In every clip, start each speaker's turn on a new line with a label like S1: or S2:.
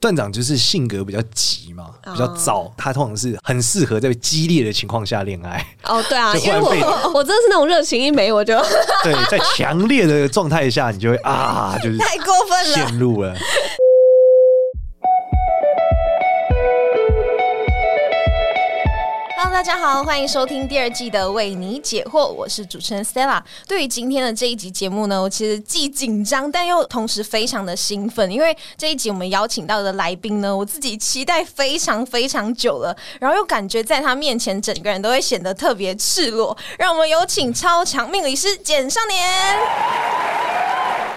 S1: 段长就是性格比较急嘛，
S2: 哦
S1: 比较躁，他通常是很适合在激烈的情况下恋爱。
S3: 哦，对啊，
S1: 就
S3: 因为
S1: 忽然被
S3: 我我真的是那种热情一没我就
S1: 对，在强烈的状态下，你就会 啊，就是
S2: 太过分了。
S1: 陷入了。
S2: Hello，大家好，欢迎收听第二季的《为你解惑》，我是主持人 Stella。对于今天的这一集节目呢，我其实既紧张，但又同时非常的兴奋，因为这一集我们邀请到的来宾呢，我自己期待非常非常久了，然后又感觉在他面前，整个人都会显得特别赤裸。让我们有请超强命理师简少年。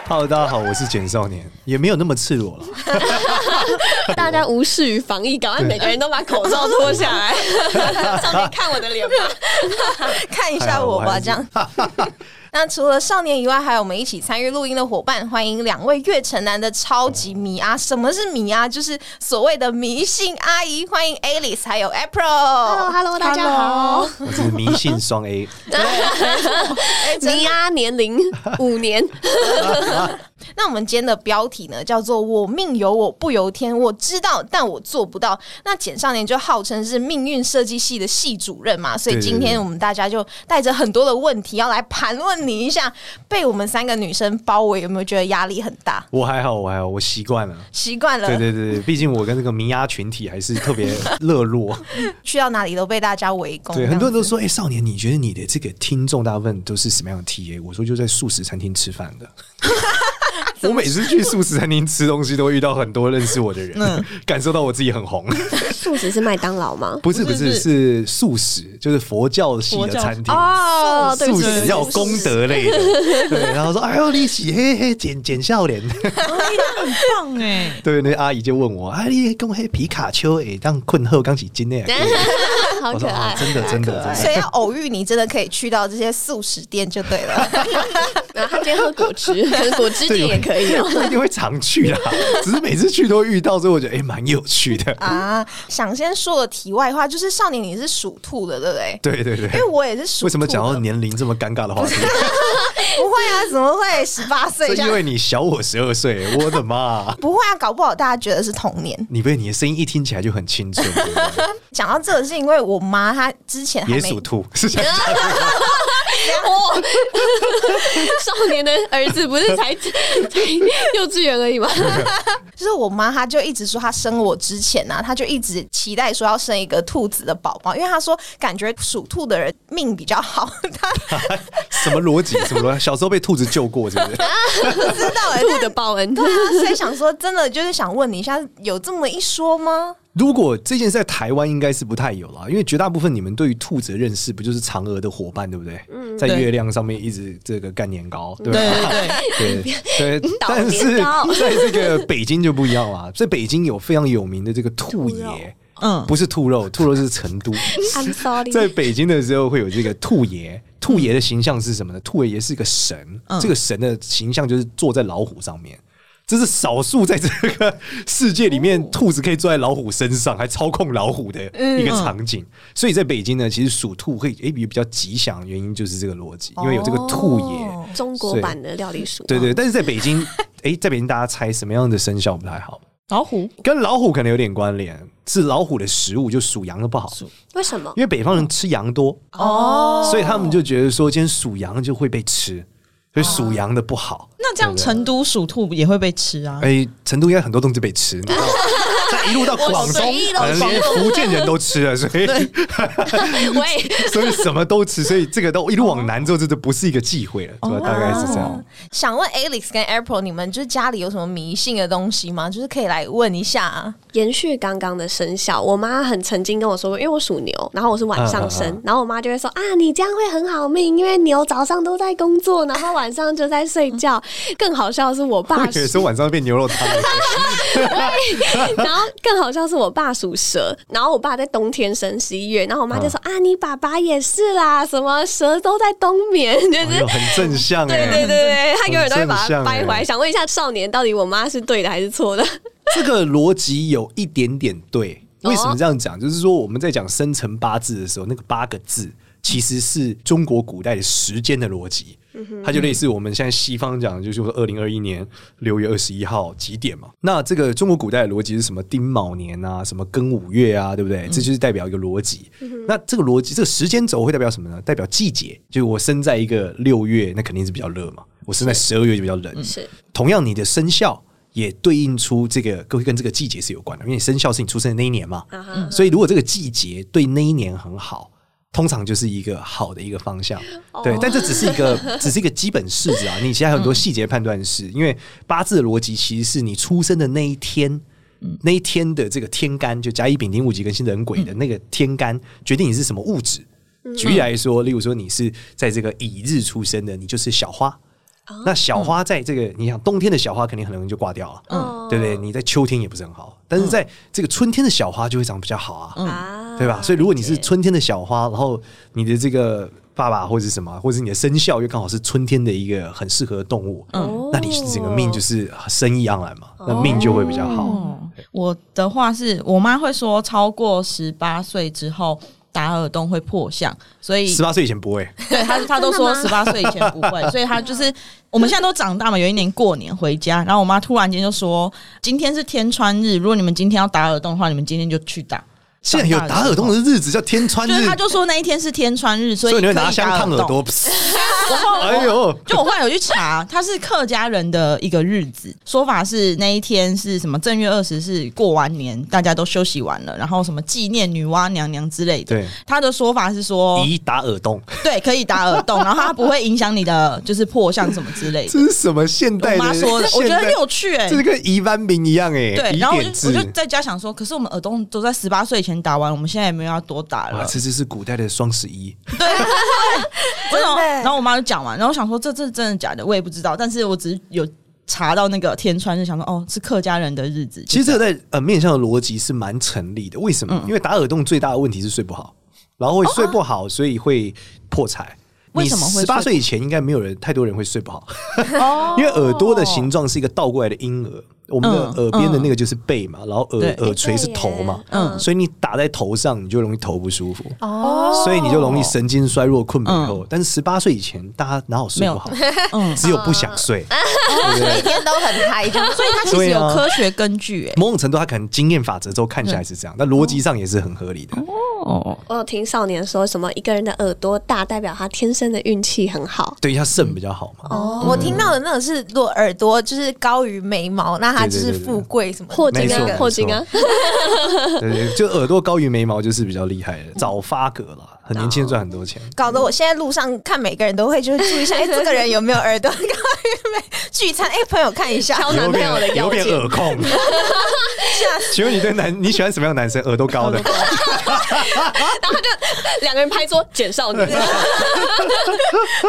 S1: Hello，大家好，我是简少年，也没有那么赤裸了。
S3: 大家无视于防疫，赶快每个人都把口罩脱下来。
S1: 啊
S2: 少年看我的 脸吧，看一下我吧，这样。那除了少年以外，还有我们一起参与录音的伙伴，欢迎两位月城南的超级迷啊！什么是迷啊？就是所谓的迷信阿姨。欢迎 Alice 还有 April。
S3: Hello，大家好，
S1: 我是迷信双 A，啊
S2: 哎
S3: 尼亚啊年龄五年，
S2: 那我们今天的标题呢，叫做“我命由我不由天”，我知道，但我做不到。那简少年就号称是命运设计系的系主任嘛，所以
S1: 对对
S2: 今天
S1: 对
S2: 我们大家就带着很多的问题要来盘问你一下，被我们三个女生包围，有没有觉得压力很大？
S1: 我还好，我还好，我习惯了。
S2: 习惯了，
S1: 对对对，对毕竟我跟这个迷鸭群体还是特别热络。
S2: 去到哪里都被大家围
S3: 哦
S2: 攻。
S1: 对，很多人
S2: 这样
S1: 都
S2: 子
S1: 说：“哎、少年，你觉得你的这个听众大部分都是什么样的 TA？” 我说：“就在素食餐厅吃饭 的。”我每次去素食餐厅吃东西，都会遇到很多认识我的人，
S3: 嗯
S1: 感受到我自己很 红。
S3: 素食是麦当劳吗？
S1: 不是不是
S4: 是
S1: 是素食，就是佛教系的餐厅。
S3: 哦，对不
S1: 素
S3: 起，
S1: 食要有功德类 的，对，然后说：“哎呦，你喜嘿嘿，捡捡笑脸。”，
S3: 哎
S4: 很棒哎
S1: 对，那阿姨就问我：“啊，你跟我黑皮卡丘诶，当困后刚起今 天。”
S3: 好
S1: 我
S3: 可
S1: 说：“啊
S3: 爱，
S1: 真的真的真
S2: 所
S1: 的。
S2: 以要偶遇你，真的可以去到这些素食店就对 了。
S3: 然后啊他今天喝果汁，果汁
S1: 对
S3: 店也可
S2: 啊
S3: 以哦。
S1: 我一定会常去 啦，只是每次去都会遇到，所以我觉得哎，蛮、有趣的。
S2: 啊，想先说个题外话，就是少年你是属兔的，对不对？
S1: 对对对
S2: 因，为我也是属兔的。
S1: 为什么讲到年龄这么尴尬的话题？
S2: 不会啊，怎么会十八岁
S1: 是
S2: 这样
S1: 因？为你小我十二岁，我的妈！
S2: 不会啊，搞不好大家觉得是童年。
S1: 你被你的声音一听起来就很青春，对 不对
S2: 讲到这个，是因为我妈她之前还
S1: 也
S2: 啊没
S1: 属兔，是这样
S3: 哇，哎 少年的儿子不是才才幼稚园而已吗？
S2: 就是我妈，她就一直说她生我之前呢、啊，她就一直期待说要生一个兔子的宝宝，因为她说感觉属兔的人命比较好。她
S1: 什么逻辑？什么逻辑？小时候被兔子救过，是不是？
S2: 不知道哎、
S3: 兔的报恩，
S2: 对啊， 所以想说，真的就是想问你一下，有这么一说吗？
S1: 如果这件事在台湾应该是不太有啦，因为绝大部分你们对于兔子的认识不就是嫦娥的伙伴，对不对？在
S4: 对
S1: 月亮上面一直这个干年糕，对
S4: 嗯对
S1: 吧？
S4: 对对，
S1: 对 对，
S3: 倒
S1: 但是
S3: 年糕
S1: 在这个北京就不一样啦，在北京有非常有名的这个兔
S3: 兔肉
S1: 爷，
S4: 嗯，
S1: 不是兔肉，兔肉是成都。
S3: I'm sorry，
S1: 在北京的时候会有这个兔爷，兔爷的形象是什么呢？兔爷是个神，
S4: 嗯
S1: 这个神的形象就是坐在老虎上面。这是少数在这个世界里
S4: 哦
S1: 面，兔子可以坐在老虎身上，还操控老虎的
S4: 嗯
S1: 一个场景。所以在北京呢，其实属兔会诶比比较吉祥，的原因就是这个逻辑，
S4: 哦
S1: 因为有这个兔爷。
S2: 哦
S3: 中国版的料理鼠，
S1: 对对，但是在北京，诶，在北京大家猜什么样的生肖不太好？
S4: 老虎
S1: 跟老虎可能有点关联，是老虎的食物，就属羊的不好，
S3: 为什么？
S1: 因为北方人吃羊多。
S4: 哦，
S1: 所以他们就觉得说，今天属羊就会被吃，所以属羊的不好。
S4: 哦那这样成都属兔也会被吃啊？
S1: 哎、成都应该很多东西被吃，你知道 吗？在一路到广东，
S3: 随意都
S1: 可能连福建人都吃了，所以
S3: 喂，
S1: 所以什么都吃，所以这个都一路往南之后，这就不是一个忌讳了，对
S4: 哦
S1: 吧？大概是这样。
S2: 哦想问 Alex 跟 April，你们就是家里有什么迷信的东西吗？就是可以来问一下、啊。
S3: 延续刚刚的生肖，我妈很曾经跟我说过，因为我属牛，然后我是晚上生，
S1: 嗯嗯嗯
S3: 然后我妈就会说啊，你这样会很好命，因为牛早上都在工作，然后晚上就在睡觉。更好笑的是我
S1: 我
S3: 爸
S1: 觉得
S3: 属
S1: 说，晚上变牛肉汤了，
S3: 然后更好笑是我爸属蛇，然后我爸在冬天生十一月，然后我妈就说、啊，你爸爸也是啦，什么蛇都在冬眠，就是
S1: 哎呦很正向哎、
S3: 对对对对，他永远都会把
S1: 很正
S3: 它
S1: 向
S3: 掰回
S1: 欸
S3: 来。想问一下，少年到底我妈是对的还是错的？
S1: 这个逻辑有一点点对。为什么这样讲？就是说我们在讲生辰八字的时候，那个八个字其实是中国古代的时间的逻辑。它就类似我们现在西方讲，就是说二零二一年六月二十一号几点嘛？那这个中国古代的逻辑是什么？丁卯年啊，什么庚午月啊，对不对？这就是代表一个逻辑。那这个逻辑，这个时间轴会代表什么呢？代表季节。就是我生在一个六月，那肯定是比较热嘛；我生在十二月就比较冷。
S3: 是
S1: 同样，你的生肖也对应出这个，各位跟这个季节是有关的，因为你生肖是你出生的那一年嘛。
S3: 啊哈，
S1: 所以如果这个季节对那一年很好，通常就是一个好的一个方向。对，但这只是一个只是一个基本式子啊，你其实还有很多细节判断是，因为八字的逻辑其实是你出生的那一天。那一天的这个天干，就甲乙丙丁戊己庚辛壬癸的那个天干，决定你是什么物质。举例来说，例如说你是在这个乙日出生的，你就是小花。
S4: 哦
S1: 那小
S4: 嗯
S1: 花在这个，你想冬天的小花肯定很容易就挂掉了，
S3: 嗯
S1: 对不
S4: 哦
S1: 对？你在秋天也不是很好，
S4: 嗯
S1: 但是在这个春天的小花就会长得比较好啊。
S3: 啊
S1: 对吧？所以如果你是
S3: 对
S1: 春天的小花，然后你的这个爸爸或者是什么，或者是你的生肖又刚好是春天的一个很适合的动物，
S4: 哦
S3: 嗯
S1: 那你整个命就是生意盎然嘛，那命就会比较好。
S4: 哦，我的话是我妈会说，超过十八岁之后打耳洞会破相，所以
S1: 十八岁以前不会，
S4: 对她她都说
S3: 真
S4: 十八岁以前不会，所以她就是我们现在都长大嘛。有一年过年回家，然后我妈突然间就说：“今天是天穿日，如果你们今天要打耳洞的话，你们今天就去打。”
S1: 现在有打耳洞的日子叫天穿
S4: 就是
S1: 日
S4: 她，就说那一天是天穿日，所
S1: 所
S4: 以
S1: 以你会
S4: 可以
S1: 拿香
S4: 打
S1: 烫耳朵。
S4: 洞 我后
S1: 哎呦，
S4: 就我后来有去查，它是客家人的一个日子，说法是那一天是什么正月二十是过完年，大家都休息完了，然后什么纪念女娲娘娘之类的。
S1: 对，
S4: 他的说法是说，
S1: 咦，打耳洞，
S4: 对，可以打耳洞，然后它不会影响你的就是破相什么之类的。
S1: 这是什么现代
S4: 我
S1: 的？
S4: 妈说的，我觉
S1: 现
S4: 得很
S1: 代
S4: 有趣哎、
S1: 这是跟疑班兵一样哎、
S4: 对，
S1: 疑
S4: 然后我
S1: 点
S4: 就我就
S1: 制。
S4: 在家想说，可是我们耳洞都在十八岁以前打完，我们现在也没有要多打
S1: 哇，
S4: 了。
S1: 这就是古代的双十一，
S4: 真的哦。然后我妈就讲完，然后我想说这这真的假的，我也不知道，但是我只是有查到那个天川，就想说哦，是客家人的日子。
S1: 其实
S4: 就
S1: 这
S4: 这
S1: 个
S4: 样
S1: 在呃面向的逻辑是蛮成立的。为什么？
S4: 嗯
S1: 因为打耳洞最大的问题是睡不好，然后会睡不好，所以会破财。
S4: 哦啊为什么会
S1: 十
S4: 睡
S1: 八岁以前应该没有人太多人会睡不好，
S4: 哦
S1: 因为耳朵的形状是一个倒过来的婴儿，我们的
S4: 嗯
S1: 耳边的那个就是背嘛，然后耳
S4: 对嗯
S1: 耳垂是头嘛，
S3: 哎对耶
S1: 所以你打在头上，你就容易头不舒服，
S2: 哦，
S1: 所以你就容易神经衰弱、困不透。但是十八岁以前，大家哪有睡不好？
S4: 嗯，
S1: 只有不想睡，对不
S2: 每
S1: 对？
S2: 天都很嗨，就
S4: 所以它其
S1: 对
S4: 实有
S1: 啊
S4: 科学根据哎、
S1: 某种程度，他可能经验法则之后看起来是这样，但逻辑上也是很合理的。
S4: 哦，
S3: 我有听少年说什么一个人的耳朵大代表他天生的运气很好，
S1: 对，要肾比较好嘛。
S2: 哦，我听到的那种是，如果耳朵就是高于眉毛，那它就是富贵什么的
S3: 霍
S1: 对对
S3: 金
S1: 对没
S3: 啊
S1: 错，
S3: 霍金啊，
S1: 对对，就耳朵高于眉毛就是比较厉害的，早发格啦，很年轻就赚很多钱。
S2: 搞得我现在路上看每个人都会就是 注意一下，哎，这个人有没有耳朵高 于眉？聚餐，哎，朋友看一下，
S3: 挑男朋友的
S1: 有
S3: 要
S1: 点
S3: 件。
S1: 耳控。 请问你对男你喜欢什么样的男生？耳朵高的，
S3: 啊 两个人拍桌减少年，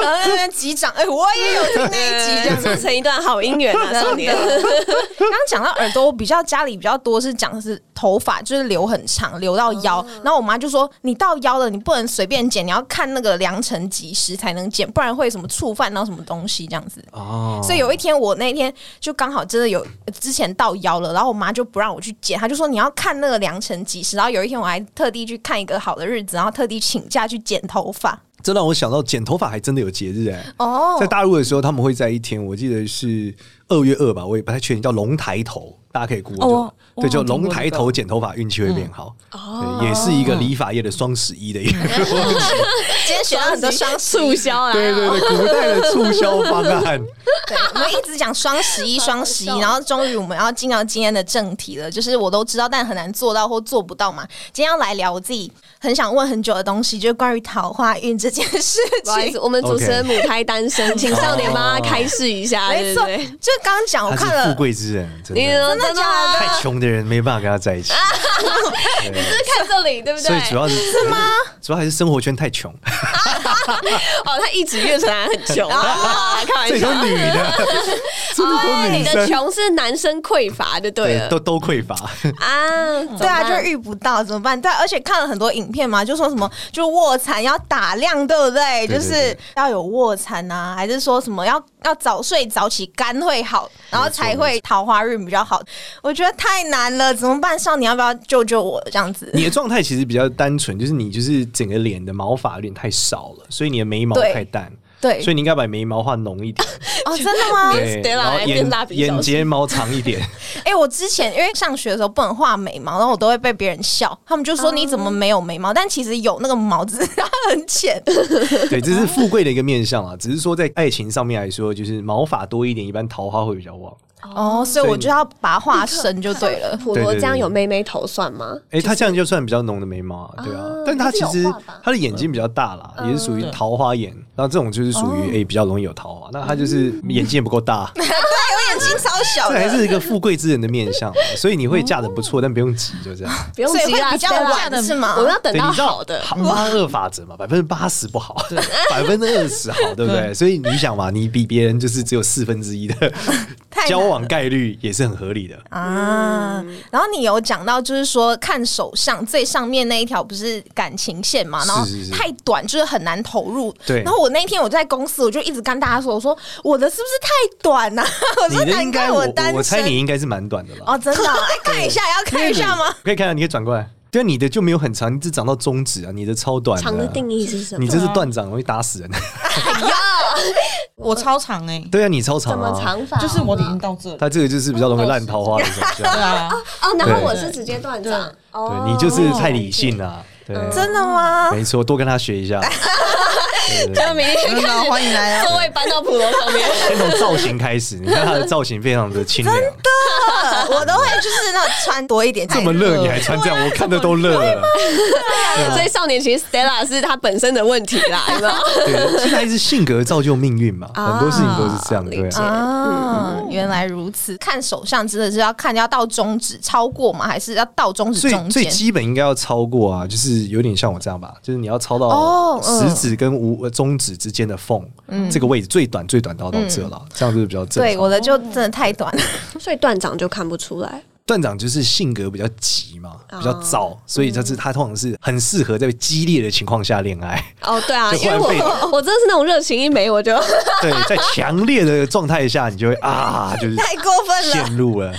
S2: 然后在那边击掌，哎，我也有听那一 集这样子。
S3: 组成一段好姻缘啊，少 年。
S2: 刚刚讲到耳朵，我比较家里比较多是讲的是头发，就是留很长，留到腰。然后我妈就说：“你到腰了，你不能随便剪，你要看那个良辰吉时才能剪，不然会什么触犯到什么东西这样子。”
S1: 哦
S2: 所以有一天，我那天就刚好真的有呃之前到腰了，然后我妈就不让我去剪，她就说你要看那个良辰吉时。然后有一天，我还特地去看一个好的日子，然后特地请假去剪头发。
S1: 这让我想到剪头发还真的有节日哎、
S2: 哦
S1: 在大陆的时候，他们会在一天，我记得是二月二吧，我也不太确定，叫龙抬头，大家可以 g o
S4: 哦我
S1: 对，就
S4: 我好像
S1: 龙
S4: 听过
S1: 抬
S4: 这个
S1: 头剪头发运气会变好，
S3: 哦
S1: 对，也是一个理发业的双十一的一个逻辑。
S2: 今天学到很多双十一，
S3: 销啦啊
S1: 对对对，古代的促销方案。
S2: 对，我们一直讲双十一，双十一，然后终于我们要进到今天的正题了，就是我都知道，但很难做到或做不到嘛。今天要来聊我自己很想问很久的东西，就是关于桃花运这件事
S3: 不好意
S2: 情
S3: 思，。我们主持人母胎单身，请少年帮他开示一下，
S2: 哦没
S3: 对
S2: 错
S3: 不对？，
S2: 就刚刚讲，我
S1: 他
S2: 看
S1: 是
S2: 了
S1: 富贵之人，真
S3: 你
S1: 的
S3: 真的假的？
S1: 太穷的人没办法跟他在一起，
S3: 是看这里对不
S1: 所以主
S3: 对？
S1: 要是是吗？主要还是生活圈太穷，
S3: 哦，他一直月成还很穷啊，开 玩
S1: 这里
S3: 笑
S1: 都。女的，这里都
S3: 对，
S1: 女
S3: 哦哎你的
S1: 生，
S3: 穷是男生匮乏就对了
S1: 都都匮乏，
S3: 啊，
S1: 嗯
S2: 对啊，
S3: 怎么办
S2: 就遇不到怎么办？对啊、而且看了很多影片嘛，就说什么就卧蚕要打量，对不
S1: 对
S2: 对？
S1: 对
S2: 就是
S1: 对
S2: 要有卧蚕啊，还是说什么要要早睡早起肝会好，然后才会桃花运比较好。我觉得太难了，怎么办？少年要不要救救我？这样子，
S1: 你的状态其实比较单纯，就是你就是整个脸的毛发有点太少了，所以你的眉毛
S2: 对
S1: 太淡。
S2: 对
S1: 所以你应该把眉毛画浓一点，
S2: 哦，真的吗？
S1: 对，
S3: Stella
S1: 然后
S3: 来变
S1: 眼
S3: 蜡笔小
S1: 眼
S3: 新
S1: 睫毛长一点，
S2: 哎、我之前因为上学的时候不能画眉毛，然后我都会被别人笑，他们就说你怎么没有眉毛？但其实有那个毛，只是它很浅。
S1: 对，这是富贵的一个面相啊。只是说在爱情上面来说，就是毛发多一点，一般桃花会比较旺。
S2: 哦，所以我就要把它 画深就对了。
S3: 普罗这样有妹妹头算吗？
S1: 哎、他这样就算比较浓的眉毛啊，对啊，但他其
S3: 还是
S1: 实
S3: 有画吧
S1: 他的眼睛比较大啦，也是属于桃花眼，然后这种就是属于哎比较容易有桃花，那他就是眼睛也不够大，
S2: 嗯对，我眼睛超小
S1: 这还
S2: 的，
S1: 是一个富贵之人的面相，啊所以你会嫁的不错，但不用急，就这样。
S3: 不用
S2: 所以
S3: 急
S2: 会
S3: 啦，
S2: 比较
S3: Stella
S2: 晚是吗
S3: 我们要等
S1: 对，
S3: 到
S1: 你知道
S3: 好的。
S1: 好八二法则嘛，百分之八十不好， 百分之二十好，对不对？所以你想嘛，你比别人就是只有四分之一的
S2: 太难
S1: 交往概率也是很合理的。
S2: 啊。然后你有讲到，就是说看手上最上面那一条不是感情线嘛，
S1: 是
S2: 然后
S1: 是是
S2: 太短就是很难投入。
S1: 对
S2: 然后我那一天我在公司，我就一直跟大家说，我说我的是不是太短呐、啊？ 我
S1: 你
S2: 说
S1: 的
S2: 难
S1: 应该
S2: 怪
S1: 我
S2: 单身。
S1: 我猜你应该是蛮短的吧？
S2: 哦，真 的、啊，哎，看一下，要看一下吗？？
S1: 可以看啊，你可以转过来。对啊，你的就没有很长，你只长到中指啊，你的超短。
S3: 长的定义是什么
S1: 你？这是断掌，容易打死人。
S2: 啊
S4: 我超长哎、
S1: 对啊，你超长
S3: 怎么
S1: 啊。
S3: 长法？
S4: 就是我已经到这里。
S1: 他这个就是比较容易烂桃花的一种
S4: 对
S1: 象。
S4: 啊，
S3: 哦，然后
S1: 对
S3: 我是直接断掌。哦，
S1: 对你就是太理性了。对，
S2: 真的吗？
S1: 没错，多跟他学一下。对对对
S3: 那明天
S4: 真的欢迎来啊！
S3: 座位搬到普罗上 面。
S1: 先从造型开始，你看他的造型非常的清凉，
S2: 我都会就是那穿多一点，
S1: 这么热你还穿这样，我看着都热了。
S3: 所以少年其实 Stella 是她本身的问题 啦，有没有？
S1: 对，其实还是性格造就命运嘛，
S3: 啊
S1: 很多事情都是这样，对
S3: 理解
S1: 啊。
S2: 啊，原来如此。看手相真的是要看要到中指超过吗？还是要到中指
S1: 最
S2: 中
S1: 最
S2: 间？
S1: 基本应该要超过啊，就是有点像我这样吧，就是你要超到
S2: 哦嗯
S1: 食指跟无呃中指之间的缝，这个位置最短最短到到这了，这样就是比较正
S2: 对，
S1: 常。哦
S2: 我的就真的太短了。
S3: 所以断掌就看不出来。
S1: 段长就是性格比较急嘛，
S3: 哦
S1: 比较躁，所以就是他通常是很适合在激烈的情况下恋爱。
S3: 哦，对啊，
S1: 就忽
S3: 因
S1: 然
S3: 为
S1: 被
S3: 我我真的是那种热情一没，我就
S1: 对，在强烈的状态下，你就会啊，就是
S2: 太过 分了
S1: 陷入了，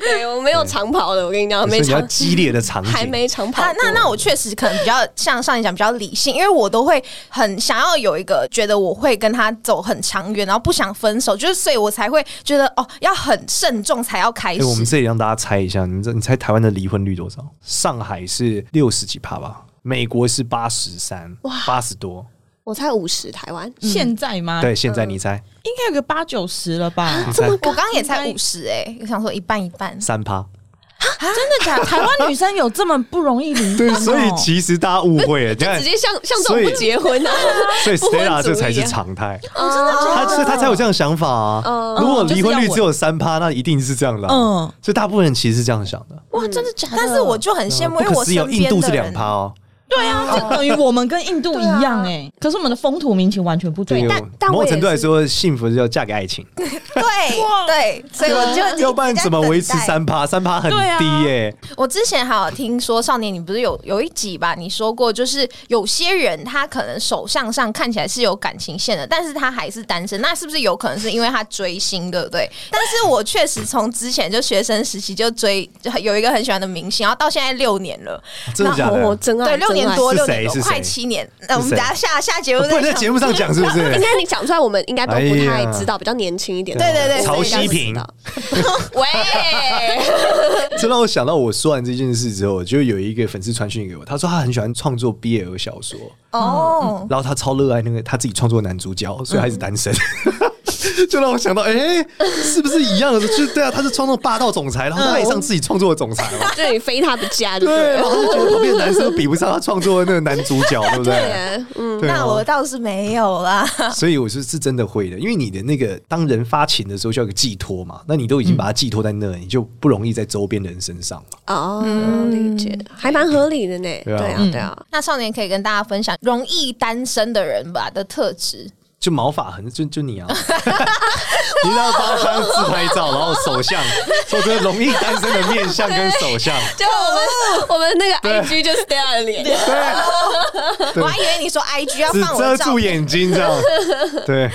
S3: 对我没有长跑 的，我跟你讲，
S1: 所以
S3: 没
S1: 你要
S3: 长
S1: 激烈的场景，
S3: 还没长跑
S2: 啊
S3: 过。，
S2: 那
S1: 哦
S2: 那我确实可能比较像上一讲比较理性，因为我都会很想要有一个觉得我会跟他走很长远，然后不想分手，就是所以我才会觉得哦要很慎重才要开
S1: 哎、
S2: 始。
S1: 我们这里让大家猜一下，你们这你猜台湾的离婚率多少？上海是六十几帕吧，美国是八十三，八十多。
S3: 我才五十，台湾
S4: 现在吗？
S3: 啊
S1: 对，，现在你猜，
S4: 应该有个八九十了吧？
S1: 你猜
S2: 我刚刚也才五十哎，我想说一半一半。
S1: 三趴。
S4: 真的假的？台湾女生有这么不容易离婚、
S1: 对
S4: 哦？，
S1: 所以其实大家误会了，你看
S3: 嗯直，接像像
S1: 哎
S3: 这
S1: 所
S3: 种
S1: 以
S3: 不结婚啊，
S1: 所以
S3: 不婚
S1: Stella
S3: 主
S1: 这
S3: 义
S1: 才是
S3: 啊
S1: 常态，
S3: 哦
S1: 他所以他才有这样的想法啊。
S3: 嗯
S1: 如果离婚率只有三趴，那一定是这样的啊。
S4: 嗯
S1: 所以大部分人其实是这样想的。
S4: 哇，真的假的？
S2: 但是我就很羡慕，因为
S1: 不可
S2: 我
S1: 思议哦，
S2: 身
S1: 印
S2: 边
S1: 度
S2: 的
S1: 是两
S2: 人
S1: 趴哦，
S4: 对啊，这等于我们跟印度一样哎、可是我们的风土民情完全不同
S1: 这。
S3: 但
S1: 个
S3: 但我
S1: 某种
S3: 也
S1: 程度来
S3: 是
S1: 说，幸福是要嫁给爱情，
S2: 对对，所以我就一直
S1: 啊要不然
S2: 在
S1: 怎么维持
S2: 等待
S1: 三趴？三趴很
S4: 对啊
S1: 低耶。
S2: 我之前还有听说，少年，你不是有有一集吧？你说过，就是有些人他可能手相上看起来是有感情线的，但是他还是单身，那是不是有可能是因为他追星，对不对？但是我确实从之前就学生时期就追就有一个很喜欢的明星，然后到现在六年了，
S1: 真的假的？
S3: 哦，真爱
S2: 对，六年多，
S1: 是
S2: 六
S1: 谁
S2: 年多，
S1: 是谁
S2: 快七年。那我们
S1: 是谁
S2: 等一下下下节目
S1: 不
S2: 再
S1: 能在节目上讲，是不
S3: 应
S1: 是？
S3: 该你讲出来，我们应该都不
S1: 哎
S3: 太
S1: 呀
S3: 知道，比较年轻一点。
S2: 对对对
S1: 曹
S2: 所以
S1: 希
S2: 要
S1: 平，
S2: 喂，
S1: 这让我想到我说完这件事之后，就有一个粉丝传讯给我，他说他很喜欢创作 BL 小说，
S2: 哦，
S1: 然后他超热爱那个他自己创作的男主角，
S2: 嗯
S1: 所以他一直单身。 就让我想到，哎、是不是一样的？就是对啊，他是创作霸道总裁，然后他爱上自己创作的总裁嘛。
S2: 嗯
S3: 就你非他不嫁，对不
S1: 对，
S3: 对
S1: 然
S3: 了？
S1: 后就觉得旁边的男生都比不上他创作的那个男主角，对不对？
S3: 对嗯，
S1: 对啊
S2: 那我倒是没有啦。
S1: 所以我说是真的会的，因为你的那个当人发情的时候需要有个寄托嘛，那你都已经把它寄托在那，你就不容易在周边的人身上嘛。
S3: 哦，理解，还蛮合理的呢。
S1: 对
S3: 嗯对
S1: 啊
S3: 啊，对啊，
S2: 那少年可以跟大家分享容易单身的人吧的特质。
S1: 就毛发很就就 你啊，你知道帮他自拍照，然后手相，说这容易单身的面相跟手相，
S3: 就我们我 们那个 IG 就是 Stella 的脸，
S1: 对，对
S2: 我还以为你说 IG 要
S1: 只
S2: 放我
S1: 遮
S2: 的
S1: 住
S2: 照片，
S1: 眼睛这样，对，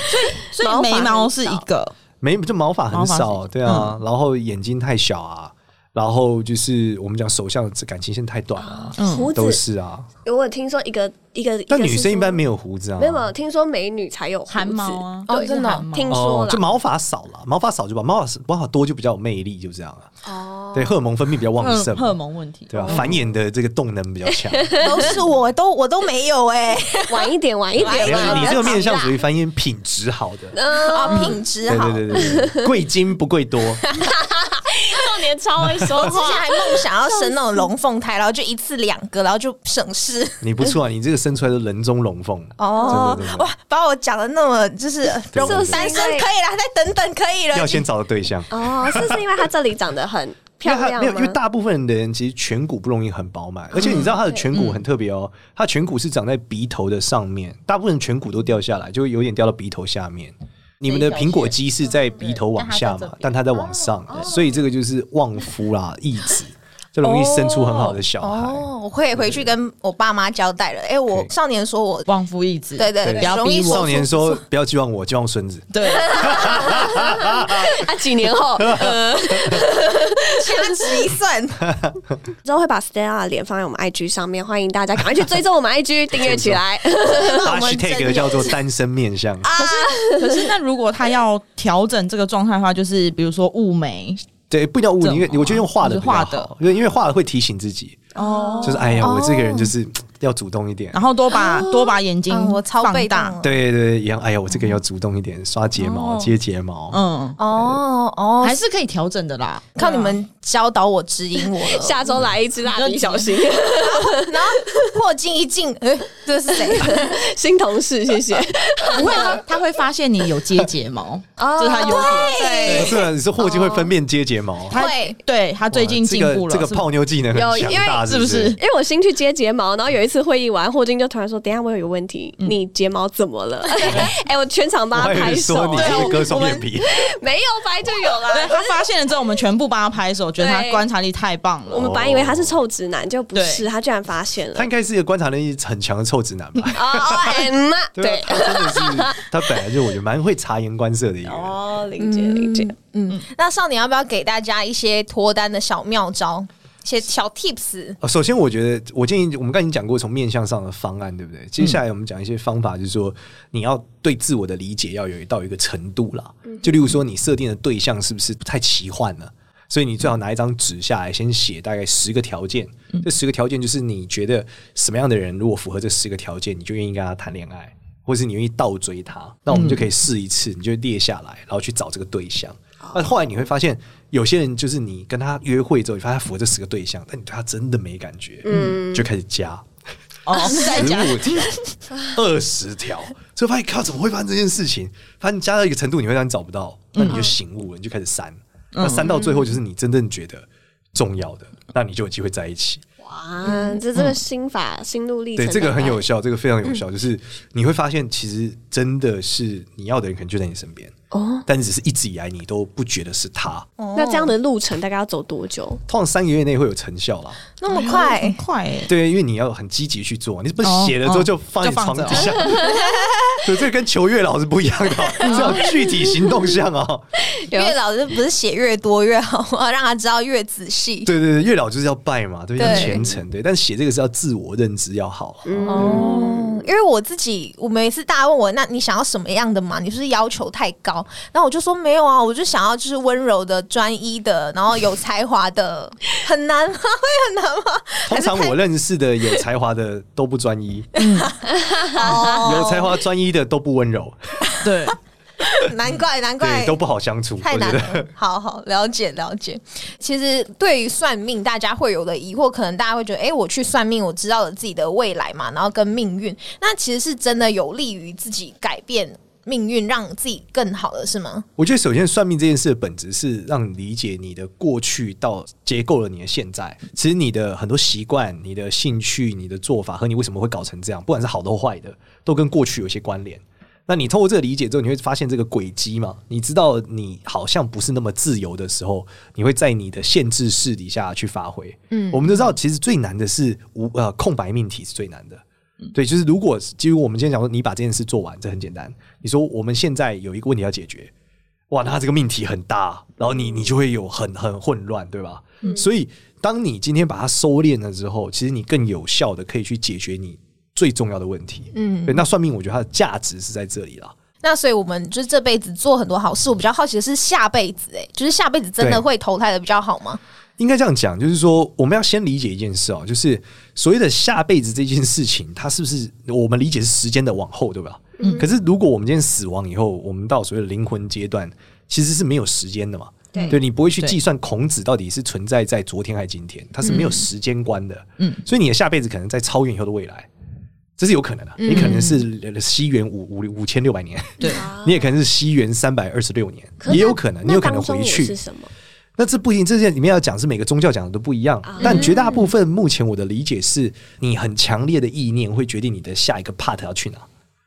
S4: 所以眉毛是一个
S1: 眉就毛发很
S4: 毛发
S1: 少，对啊，
S3: 嗯
S1: 然后眼睛太小啊，然后就是我们讲手相感情线太短啊，
S4: 嗯
S3: 胡
S1: 都
S3: 子。
S1: 是啊，
S3: 我有听说一个一个，
S1: 但
S3: 嗯一个
S1: 女
S3: 是
S1: 生一
S3: 说
S1: 般没有胡子啊，
S3: 没有没有听说美女才有胡子
S4: 汗毛啊，
S3: 对
S2: 哦真的哦
S4: 是汗毛
S3: 听说
S1: 哦，
S3: 了
S1: 就。毛发少了，毛发少就把毛发毛发多就比较有魅力，就这样啊。哦，对，荷尔蒙分泌比较旺
S4: 荷
S1: 盛嘛，
S4: 荷尔蒙问题，
S1: 对吧、啊繁衍的这个动能比较强。
S2: 都是我都我都没有哎、
S3: 晚一点，晚一
S2: 晚一
S3: 点
S1: 没
S2: 点
S1: 有，
S3: 嘛，
S1: 你这个面相
S3: 不
S1: 属
S3: 要急啦
S1: 于繁衍品质好的。
S2: 啊，品质
S1: 对
S2: 好。
S1: 对对对，贵精不贵多，
S3: 少年超会说
S2: 之前
S3: 话，
S2: 还梦想要生那种龙凤胎，然后就一次两个，然后就省事。
S1: 你不错啊，你这个生出来都人中龙凤
S2: 哦
S1: 真的真，的
S2: 哇，把我讲的那么就是
S1: 对
S2: 容
S1: 对对
S2: 单身可以了，再等等可以了。
S1: 要先找到对象。
S3: 哦，是不是因为她这里长得很
S1: 因
S3: 漂
S1: 为他
S3: 亮
S1: 没有，因为
S3: 吗？
S1: 大部分的人其实颧骨不容易很饱满，而且你知道他的颧骨很特别哦，他颧骨是长在鼻头的上面，大部分颧骨都掉下来，就会有点掉到鼻头下面。你们的苹果肌是在鼻头往下嘛，但它在往上，所以这个就是旺夫啦、义子，就容易生出很好的小孩。
S2: 哦，我会回去跟我爸妈交代了。哎，我
S1: 对
S2: 少年说我
S4: 旺夫义子，
S2: 对对
S4: 不
S2: 对，
S4: 要
S2: 容易
S4: 逼
S2: 说
S1: 少
S4: 我，
S1: 年说：“不要寄望我，寄望孙子。
S4: 对，
S3: 啊，几年后，呃，
S2: 掐指一 算，
S3: 之后会把 Stella 的脸放在我们 IG 上面，欢迎大家赶快去追踪我们 IG，订阅起来。
S2: 我们真啊
S1: ”#hashtag
S2: 有
S1: 叫做单身面相，
S4: 可是那如果他要调整这个状态的话，就是比如说雾眉
S1: 对，不一定要物理，因为我觉得用画的比较
S4: 就是画的
S1: 好，因为因为画的会提醒自己，
S4: 哦，
S1: 就是哎呀，我这个人就是要主动一点，
S4: 然后多把多把眼睛
S2: 啊我超
S4: 放
S2: 被动
S4: 大，
S2: 了。
S1: 对对，一样。哎呀，我这个要主动一点，刷睫毛、
S4: 哦
S1: 接睫毛。
S4: 嗯，
S2: 哦哦
S4: 还，是可以调整的啦，
S2: 靠你们教导我指引我了。
S3: 下周来一支蜡笔小新，
S2: 然后破镜一镜，哎，这是 谁？
S3: 新同事，谢 谢。
S4: 不会啊，他会发现你有接睫毛，
S3: 哦
S4: 这是他优点。
S1: 不
S2: 对，
S1: 是啊，你是霍金会分辨接睫毛。
S4: 他
S2: 会
S4: 对他哦最近
S1: 哇这
S4: 进
S1: 个
S4: 步了，
S1: 这个
S4: 是不是
S1: 泡妞技能很
S3: 有因为
S1: 强大，
S4: 是
S1: 不
S4: 不是
S3: 因为我新去接睫毛，然后有一次会议完，霍金就突然说：“等一下我有个问题，你睫毛怎么了？” 哎、我全场
S1: 我
S3: 帮他
S1: 还以
S3: 拍
S1: 为
S3: 手、
S1: 说你
S3: 哎
S4: 啊
S1: 是割双眼皮，
S3: 没有拍就有
S4: 对
S3: 啦。
S4: 他发现了之后，我们全部帮他拍手，觉得他
S3: 对
S4: 观察力太棒
S3: 我
S4: 了。
S3: 们本来以为他是臭直男，就不是，
S4: 对
S3: 他居然发现 了
S1: 他。应该是一个观察力很强的臭直男 吧？
S3: 哦哦，M 啊，
S1: 对
S3: 对
S1: 啊，，他真的是，他本来就我觉得蛮会察言观色的一个人。
S3: 哦，理解理解。
S2: 嗯，那少年要不要给大家一些脱单的小妙招，一些小 tips？
S1: 哦首先，我觉得我建议我们刚才已经讲过从面向上的方案，对不对？接下来我们讲一些方法，就是说你要对自我的理解要有到一个程度啦。就例如说，你设定的对象是不是太奇幻了？所以你最好拿一张纸下来，先写大概十个条件。这十个条件就是你觉得什么样的人，如果符合这十个条件，你就愿意跟他谈恋爱，或是你愿意倒追他。那我们就可以试一次，你就列下来，然后去找这个对象。那后来你会发现，有些人就是你跟他约会之后，你发现他符合这十个对象，但你对他真的没感觉，嗯，就开始加
S4: 哦，是
S2: 哎
S4: 在
S1: 十
S2: 嗯
S4: 讲
S1: 五条、二十条，所以发现靠，怎么会发生这件事情？发现加到一个程度，你会让你找不到，那你就醒悟了，你就开始删。那删到最后，就是你真正觉得重要的，那你就有机会在一起。
S3: 哇，嗯
S2: 嗯
S3: 这这个心法、心路历程，
S1: 对，这个很有效，这个非
S4: 嗯
S1: 常有效。就是你会发现，其实真的是你要的人，可能就在你身边，
S3: 哦。
S1: 但只是一直以来你都不觉得是他。
S3: 那这样的路程大概要走多久？
S1: 通常三个月内会有成效啦。
S2: 那么
S4: 很
S2: 快，
S4: 嗯快耶，
S1: 对，因为你要很积极去做，你不是
S4: 哦
S1: 写了之后
S4: 哦
S1: 就放在
S4: 就放
S1: 床
S4: 着
S1: 底 下。对，这个跟求月老是不一样的哦，
S4: 嗯
S1: 这种具体行动项哦。
S2: 越老就不是写越多越好，我要让他知道越仔细。
S1: 对对对，月老就是要拜嘛，对，要
S2: 对
S1: 虔诚，对。但写这个是要自我认知要好，啊
S4: 嗯
S2: 哦，因为我自己，我每次大家问我，那你想要什么样的嘛？你是不是要求太高？然后我就说没有啊，我就想要就是温柔的、专一的，然后有才华的，很难 吗？会很难吗？
S1: 通常我认识的有才华的都不专一，
S4: 哦
S1: 有才华专一的都不温柔，
S4: 对，
S2: 难怪，难怪
S1: 对，都不好相处。
S2: 太
S1: 我觉
S2: 难
S1: 得
S2: 了。 好好了解了解。其实对于算命，大家会有的疑惑，可能大家会觉得，哎、我去算命，我知道了自己的未来嘛，然后跟命运，那其实是真的有利于自己改变命运，让自己更好的是吗？
S1: 我觉得首先算命这件事的本质是让你理解你的过去到结构了你的现在。其实你的很多习惯、你的兴趣、你的做法和你为什么会搞成这样，不管是好的或坏的，都跟过去有一些关联。那你透过这个理解之后，你会发现这个轨迹嘛？你知道你好像不是那么自由的时候，你会在你的限制式底下去发挥。嗯，我们都知道，其实最难的是无呃空白命题是最难的。对，就是如果基于我们今天讲说，你把这件事做完，这很简单。你说我们现在有一个问题要解决，哇，那这个命题很大，然后你你就会有很很混乱，对吧？所以当你今天把它收敛了之后，其实你更有效的可以去解决你最重要的问题。嗯，对，那算命我觉得它的价值是在这里啦。
S2: 那所以我们就是这辈子做很多好事，我比较好奇的是下辈子、欸，哎，就是下辈子真
S1: 对
S2: 的会投胎的比较好吗？
S1: 应该这样讲，就是说我们要先理解一件事哦，就是所谓的下辈子这件事情，它是不是我们理解是时间的往后，对吧？嗯。可是如果我们今天死亡以后，我们到所谓的灵魂阶段，其实是没有时间的嘛。
S3: 对
S1: 对你不会去
S4: 对
S1: 计算孔子到底是存在在昨天还是今天，它是没有时间观的。嗯，所以你的下辈子可能在超远以后的未来，这是有可能的、
S3: 嗯
S1: 你可能是西元五五五千六百年，
S4: 对，
S1: 你也可能是西元三百二十六年，
S2: 哦
S3: 可是
S1: 也有
S3: 那
S1: 可能，
S3: 那
S1: 你有可能
S3: 当中
S1: 回
S3: 我
S1: 去
S3: 是什么？
S1: 那这不一定，这件里面要讲是每个宗教讲的都不一样，
S4: 啊
S1: 但绝大部分目前我的理解是，你很强烈的意念会决定你的下一个 part 要去哪。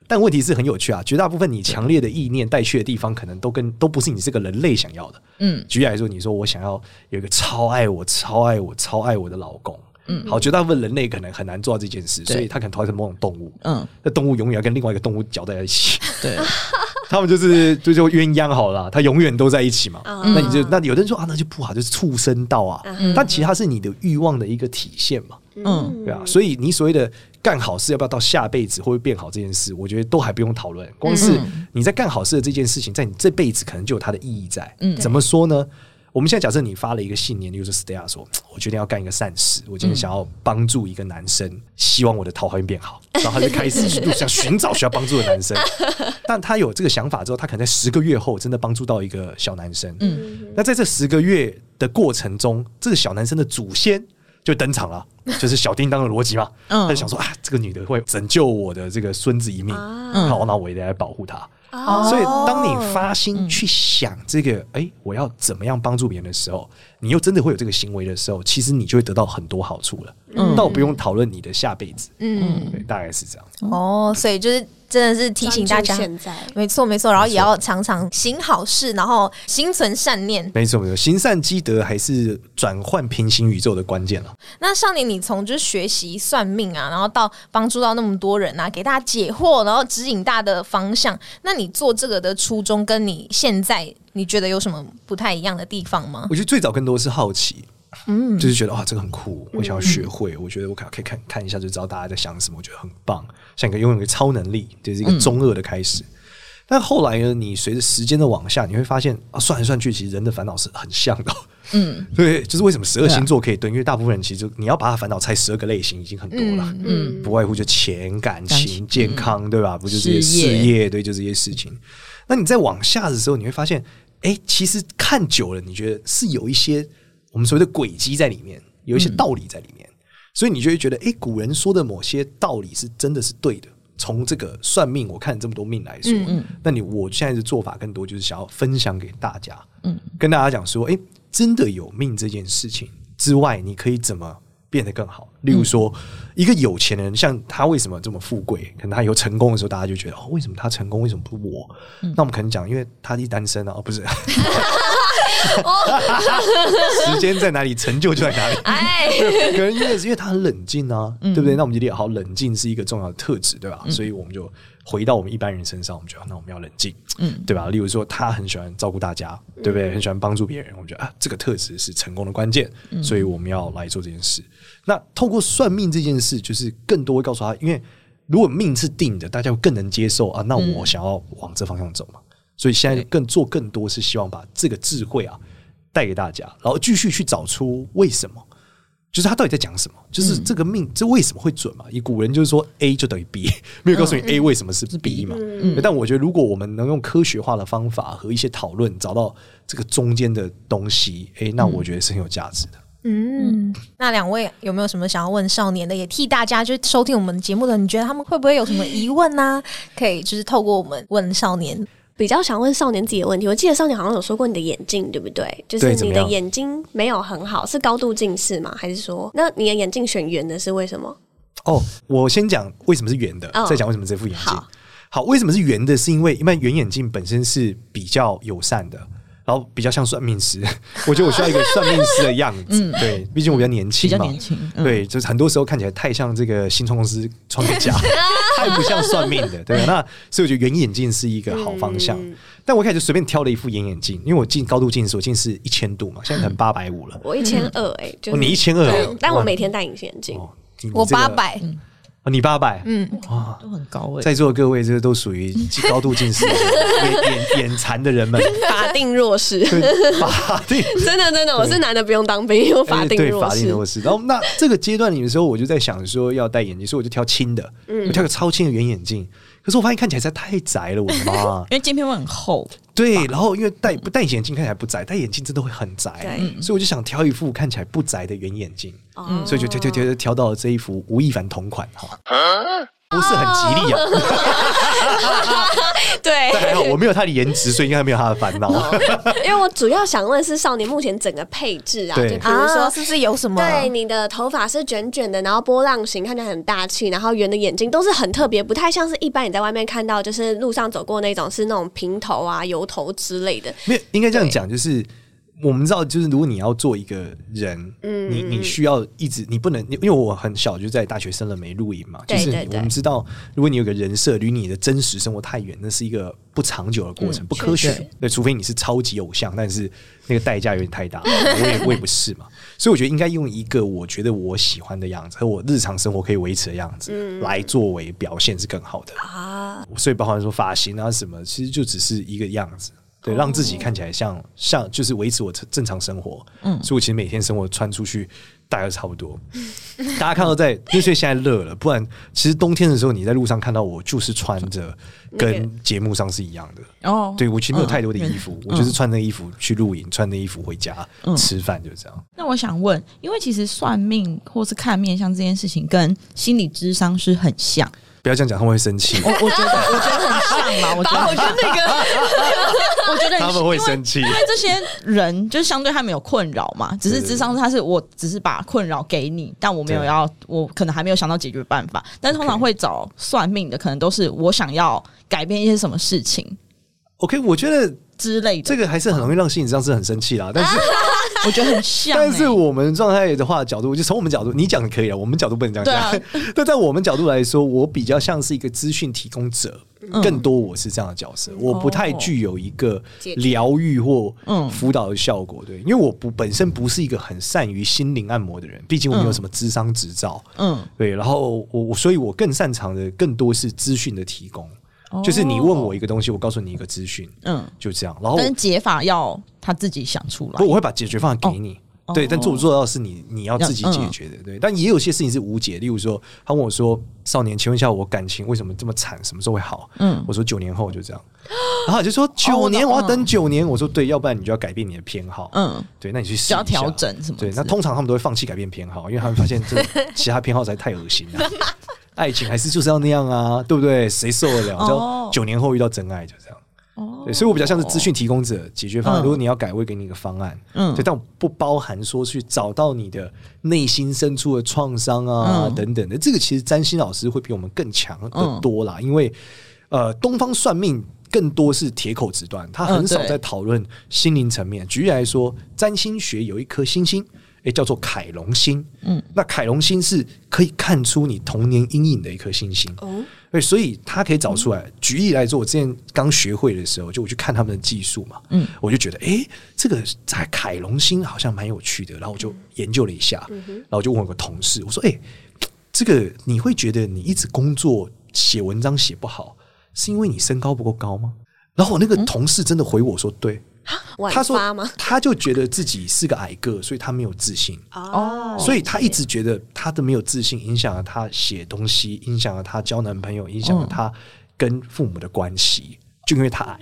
S1: 但问题是很有趣啊，绝大部分你强烈的意念带去的地方，可能都跟都不是你这个人类想要的。
S4: 嗯，
S1: 举例来说，你说我想要有一个超爱我、超爱我、超爱我的老公，嗯，好，绝大部分人类可能很难做到这件事，
S4: 对
S1: 所以他可能投胎成某种动物，
S4: 嗯，
S1: 那动物永远要跟另外一个动物搅在一起。
S4: 对，
S1: 他们就是就就鸳鸯好了啦，它永远都在一起嘛。
S3: 啊
S1: 那你就那有的人说啊，那就不好，就是畜生道啊。但其实它是你的欲望的一个体现嘛，
S4: 嗯，
S1: 对啊。所以你所谓的干好事要不要到下辈子会不会变好这件事，我觉得都还不用讨论。光是你在干好事的这件事情，在你这辈子可能就有它的意义在。
S4: 嗯
S1: 怎么说呢？我们现在假设你发了一个信念，例如说 Stella 说，我决定要干一个善事，我今天想要帮助一个男生，希望我的桃花运变好，然后他就开始路上寻找需要帮助的男生。但他有这个想法之后，他可能在十个月后真的帮助到一个小男生。嗯，那在这十个月的过程中，这个小男生的祖先就登场了，就是小叮当的逻辑嘛。
S4: 嗯
S1: 他就想说啊，这个女的会拯救我的这个孙子一命，
S3: 啊
S1: 好，那我也得来保护他。
S3: 啊
S1: 所以，当你发心去想这个，哎、我要怎么样帮助别人的时候，你又真的会有这个行为的时候，其实你就会得到很多好处了，倒不用讨论你的下辈子，
S2: 嗯，
S1: 对，大概是这样。
S2: 哦，所以就是真的是提醒大家
S3: 嗯专注，现在
S2: 没错没错，然后也要常常行好事，然后心存善念。
S1: 没错没错，行善积德还是转换平行宇宙的关键啊了。
S2: 那少年，你从就是学习算命啊，然后到帮助到那么多人啊，给大家解惑，然后指引大家的方向。那你做这个的初衷，跟你现在你觉得有什么不太一样的地方吗？
S1: 我觉得最早更多是好奇，嗯，就是觉得哇，这个很酷，我想要学会。我觉得我可可以看看一下，就知道大家在想什么，我觉得很棒，像一个拥有一个超能力，就是一个中二的开始。但后来呢，你随着时间的往下，你会发现啊，算来算去，其实人的烦恼是很像的。嗯， 对，就是为什么十二星座可以对，因为大部分人其实就你要把他烦恼拆十二个类型已经很多了。
S3: 嗯
S1: 不外乎就钱、感
S4: 感
S1: 情、
S4: 情
S1: 健康，对吧？不就这些
S4: 事业
S1: 事业，对，就这些事情。那你再往下的时候，你会发现，哎、其实看久了，你觉得是有一些我们所谓的轨迹在里面，有一些道理在里面，所以你就会觉得，哎、古人说的某些道理是真的是对的。从这个算命，我看这么多命来说，那你我现在的做法更多就是想要分享给大家，跟大家讲说，哎、真的有命这件事情之外，你可以怎么变得更好？例如说，一个有钱人，像他为什么这么富贵？可能他以后成功的时候，大家就觉得哦，为什么他成功，为什么不是我？那我们可能讲，因为他一单身啊，哦、不是。时间在哪里，成就就在哪里。
S2: 哎，
S1: 可能因为因为他很冷静啊，对不对？那我们就理解好，冷静是一个重要的特质，对吧？所以我们就回到我们一般人身上，我们觉得那我们要冷静，嗯，对吧？例如说他很喜欢照顾大家，对不对？很喜欢帮助别人，我们觉得啊，这个特质是成功的关键，所以我们要来做这件事。那透过算命这件事，就是更多会告诉他，因为如果命是定的，大家会更能接受啊。那我想要往这方向走嘛，所以现在更做更多是希望把这个智慧啊带给大家，然后继续去找出为什么。就是他到底在讲什么？就是这个命，这为什么会准嘛？以古人就是说 A 就等于 B，没有 告诉你 A 为什么嗯是 B 嗯嘛。但我觉得，如果我们能用科学化的方法和一些讨论，找到这个中间的东西，诶，那我觉得是很有价值的。
S2: 嗯，那两位有没有什么想要问少年的？也替大家就是收听我们节目的，你觉得他们会不会有什么疑问啊呢、 可以就是透过我们问少年。
S3: 比较想问少年自己的问题。我记得少年好像有说过你的眼镜，对不对？就是
S1: 对怎
S3: 你
S1: 么
S3: 的
S1: 样
S3: 眼睛没有很好，是高度近视吗？还是说，那你的眼镜选圆的是为什么？
S1: 哦，我先讲为什么是圆的，
S3: 哦
S1: 再讲为什么这副眼镜
S3: 好。
S1: 好，为什么是圆的？是因为一般圆眼镜本身是比较友善的。然后比较像算命师， 我觉得我需要一个算命师的 样
S3: 嗯
S1: 子。对，毕竟我比较年
S4: 比
S1: 轻
S4: 较
S1: 嘛
S4: 年。轻，嗯，
S1: 对，就是很多时候看起来太像这个新创公司创业 家，太不像算命的，对吧？那所以我觉得圆眼镜是一个好方向。
S3: 嗯
S1: 但我一开始就随便挑了一副圆眼镜，因为我近高度近视，我近视一千度嘛，现在可能八百五了。
S3: 我一千二哎，就
S1: 哦，
S3: 是
S1: 你一千二
S3: 对，但我每天戴隐形眼镜。
S1: 哦，你
S2: 我
S1: 这个
S2: 八，百，
S1: 哦你八百，嗯，
S2: 嗯，
S1: 哇，
S4: 都很高哎、
S1: 在座各位这都属 于高度近视、眼眼眼残的人们，
S3: 法定 弱势，
S1: 对法定
S3: 真的真的，我是男的不用当兵，有 法
S1: 哎
S3: 定
S1: 对
S3: 弱
S1: 法定
S3: 势。
S1: 弱势。然后那这个阶段里的时候，我就在想说要戴眼镜，所以我就挑轻的，
S3: 嗯
S1: 我挑个超轻的圆眼镜。可是我发现看起来实在太窄了，我的 妈！
S4: 因为镜片会很厚，
S1: 对，然后因为戴不戴眼镜看起来不窄，戴眼镜真的会很窄，
S3: 对
S1: 所以我就想挑一副看起来不窄的圆眼镜，
S3: 哦
S1: 所以就挑挑挑挑挑到了这一副吴亦凡同款哈，
S3: 啊
S1: 不是很吉利 啊。
S3: 对，
S1: 但还好我没有他的颜值，所以应该没有他的烦恼。
S3: 因为我主要想问是少年目前整个配置啊，就
S1: 对
S3: 比如
S2: 啊，
S3: 说。
S2: 是不是有什么？
S3: 对，你的头发是卷卷的，然后波浪形，看起来很大气，然后圆的眼睛都是很特别，不太像是一般你在外面看到，就是路上走过那种是那种平头啊、油头之类的。
S1: 没有，应该这样讲，就是我们知道，就是如果你要做一个人，
S3: 嗯
S1: 你你需要一直，你不能，因为我很小就在大学生了没录影嘛，就
S3: 对
S1: 是
S3: 对
S1: 我
S3: 对
S1: 们知道，如果你有个人设离你的真实生活太远，那是一个不长久的过
S3: 嗯
S1: 程，不科
S4: 确
S1: 学
S4: 实。
S1: 对，除非你是超级偶像，但是那个代价有点太 大，我也我也不是嘛，所以我觉得应该用一个我觉得我喜欢的样子和我日常生活可以维持的样
S3: 嗯
S1: 子来作为表现是更好的。
S3: 啊，
S1: 所以包含说发型啊什么，其实就只是一个样子，
S4: 哦
S1: 对，让自己看起来像像就是维持我正正常生活。嗯，所以我其实每天生活穿出去大概都差不多。大家看到在， 因为现在热了，不然其实冬天的时候你在路上看到我就是穿着跟节目上是一样的。
S4: 哦，
S1: 对，我其实没有太多的衣服，我就是
S4: 嗯
S1: 穿那个衣服去露营，穿那个衣服回家、
S4: 嗯
S1: 吃饭，就这样。
S4: 那我想问，因为其实算命或是看面相这件事情，跟心理智商是很像。
S1: 不要这样讲，他们会生气，
S4: 哦我我觉得，我觉得很像啦。我觉得，我觉得那 个，我觉得
S1: 他们会
S4: 因为
S1: 生气。
S4: 因为这些人就是相对他们有困扰嘛，只是
S1: 对
S4: 智商他是我只是把困扰给你，但我没有
S1: 对
S4: 要，我可能还没有想到解决办法。但是通常
S1: OK
S4: 会找算命的，可能都是我想要改变一些什么事情
S1: OK，我觉得
S4: 之类的。
S1: 这个还是很容易让心理上是很生气啦，但是。
S4: 我觉得很像、欸，
S1: 但是我们状态的话，角度就从我们角度，你讲的可以啊，我们角度不能这样讲。
S4: 啊
S1: 但在我们角度来说，我比较像是一个资讯提供者，
S4: 嗯
S1: 更多我是这样的角
S4: 哦
S1: 色，我不太具有一个疗愈或辅导的效果，对，因为我不本身不是一个很善于心灵按摩的人，毕竟我没有什么智商执照，
S4: 嗯，
S1: 对，然后我我所以，我更擅长的更多是资讯的提供，
S4: 哦
S1: 就是你问我一个东西，我告诉你一个资讯，
S4: 嗯，
S1: 就这样，然后
S4: 但是解法要他自己想出来
S1: 不，。我会把解决方案给你。
S4: 哦
S1: 对，
S4: 哦
S1: 但做不做到是你你要自己解决的，对。但也有些事情是无解，例如说，他问我说：“少年，请问一下，我感情为什么这么惨？什么时候会好？”
S4: 嗯哦
S1: 我说：“九年后就这样。”然后他就说：“九年，我要等九年。”我说：“对，要不然你就要改变你的偏好。”
S4: 嗯，
S1: 对，那你去试一
S4: 需
S1: 下
S4: 要调。整什么之
S1: 对
S4: 类，的？
S1: 那通常他们都会放弃改变偏好，因为他们发现这 其他偏好实在太恶心 了。爱情还是就是要那样啊，对不对？谁受得了？
S4: 哦
S1: 就九年后遇到真爱就这样。
S4: 哦
S1: 对，所以我比较像是资讯提供者、解决方案。
S4: 嗯
S1: 如果你要改，我会给你一个方案。
S4: 嗯
S1: 对，但我不包含说去找到你的内心深处的创伤啊、
S4: 嗯
S1: 等等的。这个其实占星老师会比我们更强的多啦，因为呃，东方算命。更多是铁口直断，他很
S4: 嗯
S1: 少
S4: 对
S1: 在讨论心灵层面。举例来说，占星学有一颗星星，诶、叫做凯龙星。嗯，那凯龙星是可以看出你童年阴影的一颗星星。
S3: 哦，
S1: 对，所以他可以找出来。举例来说，我之前刚学会的时候，就我去看他们的技术嘛，
S4: 嗯
S1: 我就觉得，诶，这个在凯龙星好像蛮有趣的，然后我就研究了一下，
S4: 嗯
S1: 然后我就问我个同事，我说，诶，这个你会觉得你一直工作写文章写不好，是因为你身高不够高吗？然后我那个同事真的回我说，对，
S3: 晚
S1: 他
S3: 嗯发
S1: 说
S3: 吗？
S1: 他就觉得自己是个矮个，所以他没有自信。
S3: 哦，
S1: 所以她一直觉得她的没有自信影响了她写东西，影响了她交男朋友，影响了她跟父母的关系，就因为她矮。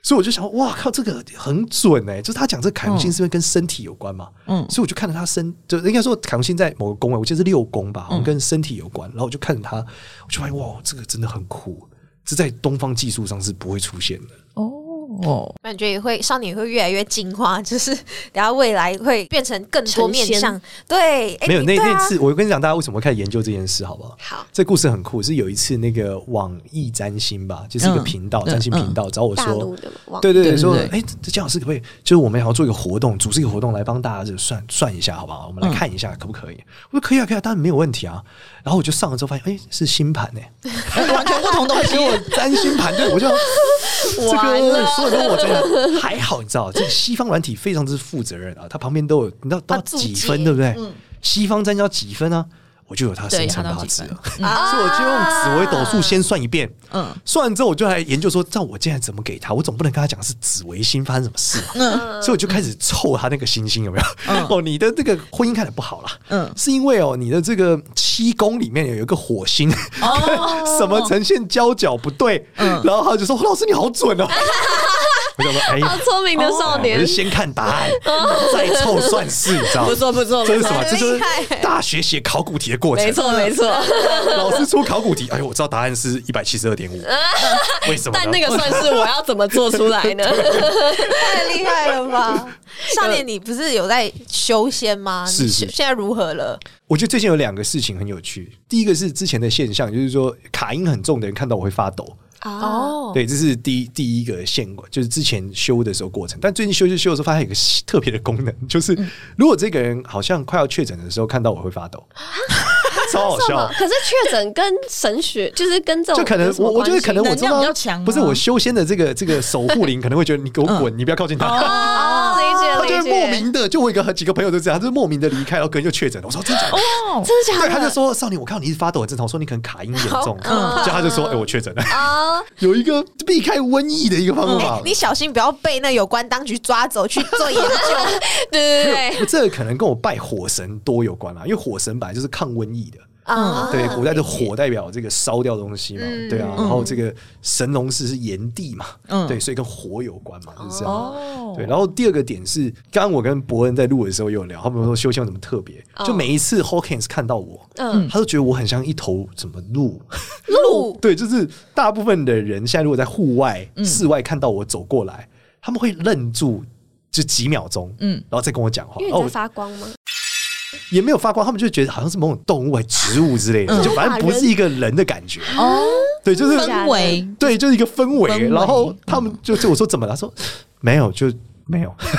S1: 所以我就想，哇靠，这个很准哎、就是他讲这个凯龙星是因为跟身体有关嘛，
S4: 嗯
S1: 所以我就看着他身，就应该说凯龙星在某个宫位，我记得是六宫吧，好像跟身体有关，然后我就看着他，我就发现哇，这个真的很酷，这在东方技术上是不会出现的。
S4: 哦，哦，
S2: 感觉也会少女会越来越进化，就是等下未来会变成更多面向。对，哎
S1: 没有那
S2: 对啊
S1: 那次，我跟你讲，大家为什么开始研究这件事，好不好？
S3: 好，
S1: 这故事很酷，是有一次那个网易占星吧，就是一个
S4: 嗯
S1: 频道，
S4: 对
S1: 占星频道找我
S3: 大陆
S1: 说，
S3: 的网
S1: 对对
S4: 对
S1: 对，
S4: 对
S1: 说
S4: 对
S1: 哎，这姜老师可不可以，就是我们想要做一个活动，组织一个活动来帮大家就算算一下，好不好？我们来
S4: 嗯
S1: 看一下可不可以？我说可以啊，可以啊，当然没有问题啊。然后我就上了之后发现，哎，是星盘呢，
S4: 完全不同东西
S1: 给。我占星盘，对 我就这
S4: 完
S1: 个
S4: 了
S1: 所有的我真的还好，你知道，这个西方软体非常之负责任啊，它旁边都有你知道
S4: 啊
S1: 都要
S2: 它注
S1: 几
S2: 解
S1: 分对不对？西方占要几分啊？我就有它的
S4: 嗯对
S1: 生辰
S4: 它到
S1: 八
S4: 几
S1: 字
S4: 分
S1: 了，
S2: 啊
S1: 所以我就用紫微斗数先算一遍。
S4: 嗯，
S1: 算完之后，我就来研究说，那我现在怎么给他？我总不能跟他讲是紫微星发生什么事嘛。
S4: 嗯
S1: 所以我就开始凑他那个星星有没有？ 哦，你的这个婚姻看起来不好啦。
S4: 嗯
S1: 是因为哦，你的这个七宫里面有一个火星，
S4: 哦
S1: 跟什么呈现交角不对。
S4: 嗯
S1: 然后他就说：“老师你好 准哦。”我想说：“哎呀
S3: 好，聪明的少
S1: 我
S3: 年
S1: 就，先看答案，再凑算式，你知道吗？”
S4: 哦不错
S1: 这是什么？这就是
S2: 厉害
S1: 大学写考古题的过程。
S4: 错没错，
S1: 老师出考古题，哎呦，我知道答案是一百七十二点五，为什么呢？
S3: 但那个算是我要怎么做出来 呢？
S2: 太厉害了吧！少年，你不是有在修仙吗？
S1: 呃是
S2: 你
S1: 是
S2: 现在如何了？
S1: 我觉得最近有两个事情很有趣。第一个是之前的现象，就是说卡音很重的人看到我会发抖，
S3: 哦，，
S2: 啊
S1: 对，这是第一第一个现，就是之前修的时候过程。但最近修修修的时候，发现有一个特别的功能，就是
S3: 嗯
S1: 如果这个人好像快要确诊的时候看到我会发 抖，超好
S3: 这
S1: 笑
S3: 么。可是确诊跟神学就是跟这种
S1: 就可能
S3: 有什么
S1: 我我觉得
S3: 关系
S1: 可能我
S4: 能
S1: 知
S4: 量
S1: 道
S4: 比较强吗
S1: 不是我修仙的这个这个守护灵可能会觉得你给我滚，你不要靠近他。
S3: 嗯哦，
S1: 他
S3: 理解
S1: 就
S3: 理
S1: 会
S3: 解，
S1: 莫名的，就我一个几个朋友就这样，就是莫名的离开，然后个人就确诊了。我说真的假的？
S3: 哦
S4: 哦
S3: 真的假
S1: 对，
S3: 的？
S1: 他就说少年，我看到你一直发抖很正常，我说你可能卡音严重，
S3: 嗯
S1: 就他就说，哎、我确诊了，
S3: 哦， 哎
S1: 有一个避开瘟疫的一个方法。
S2: 哎你小心不要被那有关当局抓走去做研 究。
S3: 对对
S1: 没
S3: 对
S1: 有这个可能跟我拜火神多有关啦，啊因为火神本来就是抗瘟疫的。
S3: 啊
S1: 对，古代的火代表这个烧掉的东西嘛，
S3: 嗯
S1: 对啊，然后这个神农氏是炎帝嘛，
S4: 嗯
S1: 对，所以跟火有关嘛，就是这样。
S4: 哦
S1: 对，然后第二个点是，刚刚我跟伯恩在录的时候也有聊，他们说修仙有什么特别，
S3: 哦
S1: 就每一次 Hawkins 看到我，
S3: 嗯
S1: 他都觉得我很像一头什么鹿，
S2: 路
S1: 对，就是大部分的人现在如果在户外、
S3: 嗯
S1: 室外看到我走过来，他们会愣住，就几秒钟，嗯
S4: 嗯，
S1: 然后再跟我讲话。
S3: 因为你在
S1: 哦，
S3: 发光吗？
S1: 也没有发光，他们就觉得好像是某种动物还植物之类的，
S4: 嗯
S1: 就反正不是一个人的感觉。
S3: 嗯
S4: 哦，
S1: 对，就是
S4: 氛围
S1: 对，就是一个氛围。
S4: 氛围
S1: 然后他
S3: 嗯
S1: 们就就我说怎么了？他说没有，就没有。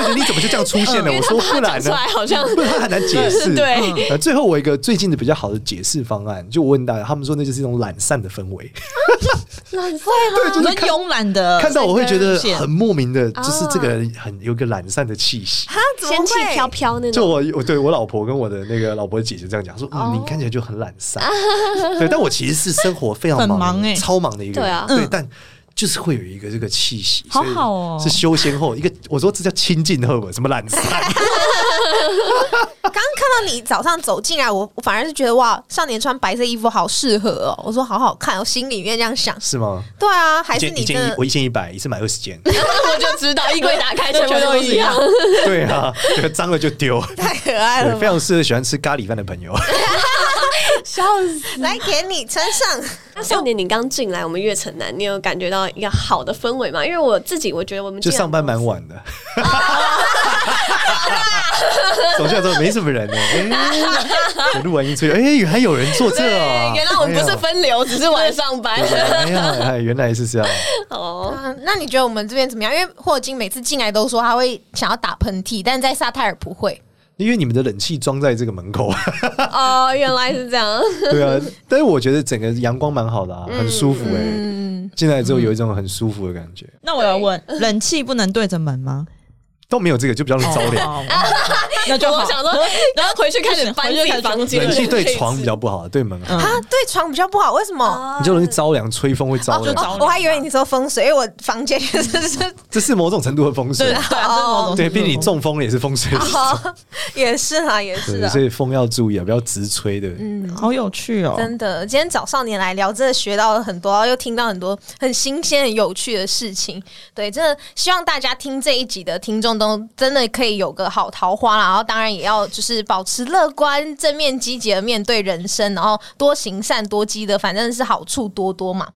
S1: 就是你怎么就这样出现了？
S3: 嗯因为
S1: 我
S3: 他
S1: 说
S3: 怕
S1: 不然
S3: 讲出
S1: 呢？
S3: 来好像
S1: 不然他很难解释。
S3: 对
S1: 嗯呃最后我有一个最近的比较好的解释方案，就我问大家，他们说那就是一种懒散的氛围。
S3: 乱说
S1: 对，就
S4: 你
S1: 是
S4: 们
S1: 看
S4: 慵懒
S3: 呃
S4: 的，
S1: 看到我会觉得
S4: 这个路线
S1: 很莫名的，就是这个人很有一个懒散的气息。
S2: 啊，怎么
S3: 仙气
S2: 会
S3: 飘飘那
S1: 就
S3: 种，
S1: 我我对我老婆跟我的那个老婆姐姐这样讲，说嗯，你看起来就很懒散， 对，但我其实是生活非常
S4: 很
S1: 忙、
S4: 忙欸
S1: 超忙的一个人，
S3: 对啊
S1: 对，但。就是会有一个这个气息，
S4: 好
S1: 所以
S4: 好哦
S1: 是修仙后一个，我说这叫亲近荷尔蒙，什么懒散，
S2: 刚刚看到你早上走进来，我我反而是觉得哇，少年穿白色衣服好适合哦。我说好好看，我心里面这样想。
S1: 是吗？
S2: 对啊，
S1: 一
S2: 还是
S1: 件一
S2: 你
S1: 件
S2: 真
S1: 一
S2: 的
S1: 我一件一百，一次买二十件，
S3: 我就知道衣柜打开全部都一样。
S1: 对啊，对脏了就丢，
S2: 太可爱了
S1: 对，非
S2: 吧？
S1: 常适合喜欢吃咖喱饭的朋友。
S3: 笑死！
S2: 来给你穿上，
S3: 那少年，你刚进来我们悦城南，你有感觉到一个好的氛围吗？因为我自己我觉得我们
S1: 就
S3: 进来
S1: 上班蛮晚的。 走下之后没什么人呢、哎我录完音出去，哎、原来有人坐这啊！
S3: 原来我们不是分流，只是晚上
S1: 哎。
S3: 班
S1: 呀。哎呀，哎呀，原来是这样。
S3: 哦，
S2: 嗯，那你觉得我们这边怎么样？因为霍金每次进来都说他会想要打喷嚏，但在萨泰尔不会。
S1: 因为你们的冷气装在这个门 口，
S3: 哦，原来是这 样。
S1: 对啊。但是我觉得整个阳光蛮好的、
S4: 嗯
S1: 啊，很舒服哎、进来之后有一种很舒服的感觉，
S4: 那我要问，
S1: 嗯
S4: 冷气不能对着门吗？
S1: 都没有这个就比较容易着凉。
S4: 哦， 那就好
S3: 我。想说，然后回去开始搬自己房间，
S1: 冷气对床比较不好，对门好，
S4: 嗯
S2: 啊，对床比较不好，为什么？
S1: 你就容易着凉，吹风会着
S4: 哦就着
S1: 凉。
S4: 凉
S2: 我还以为你说风水，因为我房间 就是是
S1: 这是某种程度的风水
S4: 对，对啊，这是某种哦
S1: 对，毕竟你中风了也是风水的一种。
S2: 也是啦，也是
S1: 对，
S2: 啦
S1: 所。以风要注意啊，不要直吹的。嗯，
S4: 好有趣哦。
S2: 真的，今天找少年来聊，真的学到了很多，又听到很多很新鲜、很有趣的事情。对，真的希望大家听这一集的听众都真的可以有个好桃花啦。然后，当然也要就是保持乐观、正面、积极的面对人生，然后多行善、多积德，反正是好处多多嘛。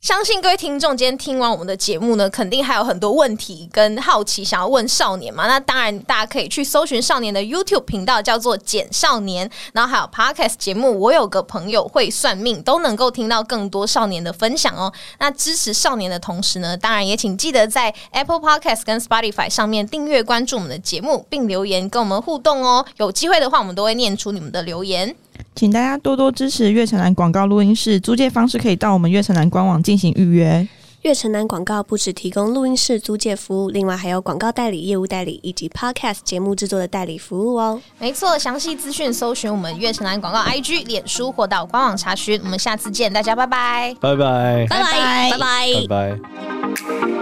S2: 相信各位听众今天听完我们的节目呢，肯定还有很多问题跟好奇想要问少年嘛。那当然，大家可以去搜寻少年的 YouTube 频道，叫做“简少年”，然后还有 Podcast 节目。我有个朋友会算命，都能够听到更多少年的分享哦。那支持少年的同时呢，当然也请记得在 Apple Podcast 跟 Spotify 上面订阅、关注我们的节目，并留言跟我们互动哦。有机会的话，我们都会念出你们的留言。
S4: 请大家多多支持月城南广告录音室，租借方式可以到我们月城南官网进行预约。
S3: 月城南广告不只提供录音室租借服务，另外还有广告代理、业务代理以及 Podcast 节目制作的代理服务哦。
S2: 没错，详细资讯搜寻我们月城南广告 IG、脸书或到官网查询。我们下次见，大家拜拜。
S1: 拜拜，
S3: 拜拜，
S4: 拜
S3: 拜
S1: 拜
S3: 拜。
S1: 拜。